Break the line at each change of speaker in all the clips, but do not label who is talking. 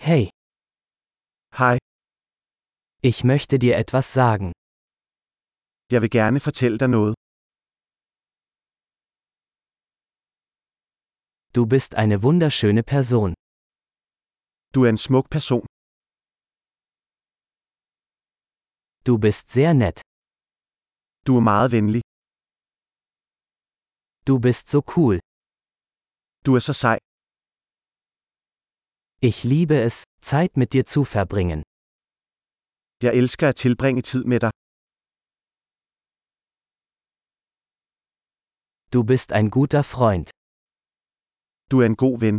Hey,
Hej,
ich möchte dir etwas sagen.
jeg vil gerne fortælle dig noget.
Du bist eine wunderschöne Person.
Du er en smuk person.
Du bist sehr nett.
Du er meget venlig.
Du bist so cool.
Du er så sej.
Ich liebe es, Zeit mit dir zu verbringen.
Jeg elsker at tilbringe tid med dig.
Du bist ein guter Freund.
Du er en god ven.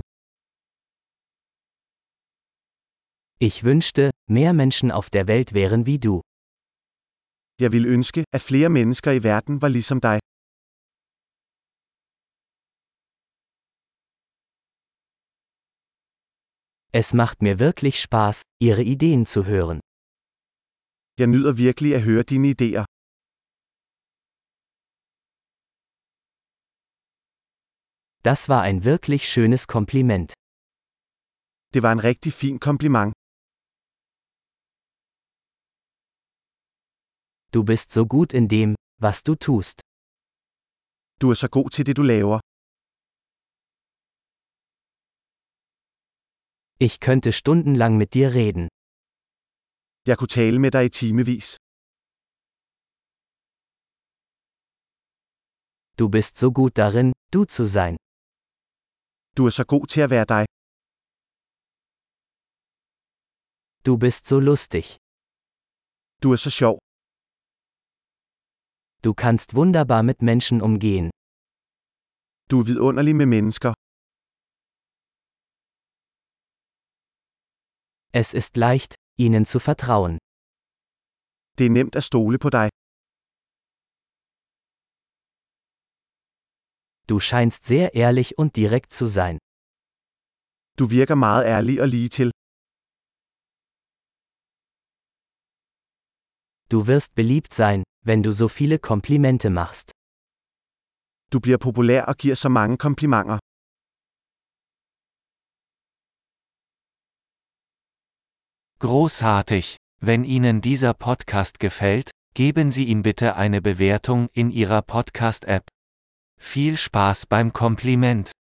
Ich wünschte, mehr Menschen auf der Welt wären wie du.
Jeg vil ønske, at flere mennesker i verden var ligesom dig.
Es macht mir wirklich Spaß, ihre Ideen zu hören.
Jeg nyder virkelig at høre dine idéer.
Das war ein wirklich schönes Kompliment.
Det var en rigtig fin kompliment.
Du bist so gut in dem, was du tust.
Du er så god til det, du laver.
Ich könnte stundenlang mit dir reden.
Jeg kunne tale med dig i timevis.
Du bist so gut darin, du zu sein.
Du er så god til at være dig.
Du bist so lustig.
Du er så sjov.
Du kannst wunderbar mit Menschen umgehen.
Du er vidunderlig med mennesker.
Es ist leicht, ihnen zu vertrauen.
Det er nemt at stole på dig.
Du scheinst sehr ehrlich und direkt zu sein.
Du virker meget ærlig og lige til.
Du wirst beliebt sein, wenn du so viele Komplimente machst.
Du bliver populær og giver så mange komplimenter.
Großartig! Wenn Ihnen dieser Podcast gefällt, geben Sie ihm bitte eine Bewertung in Ihrer Podcast-App. Viel Spaß beim Kompliment!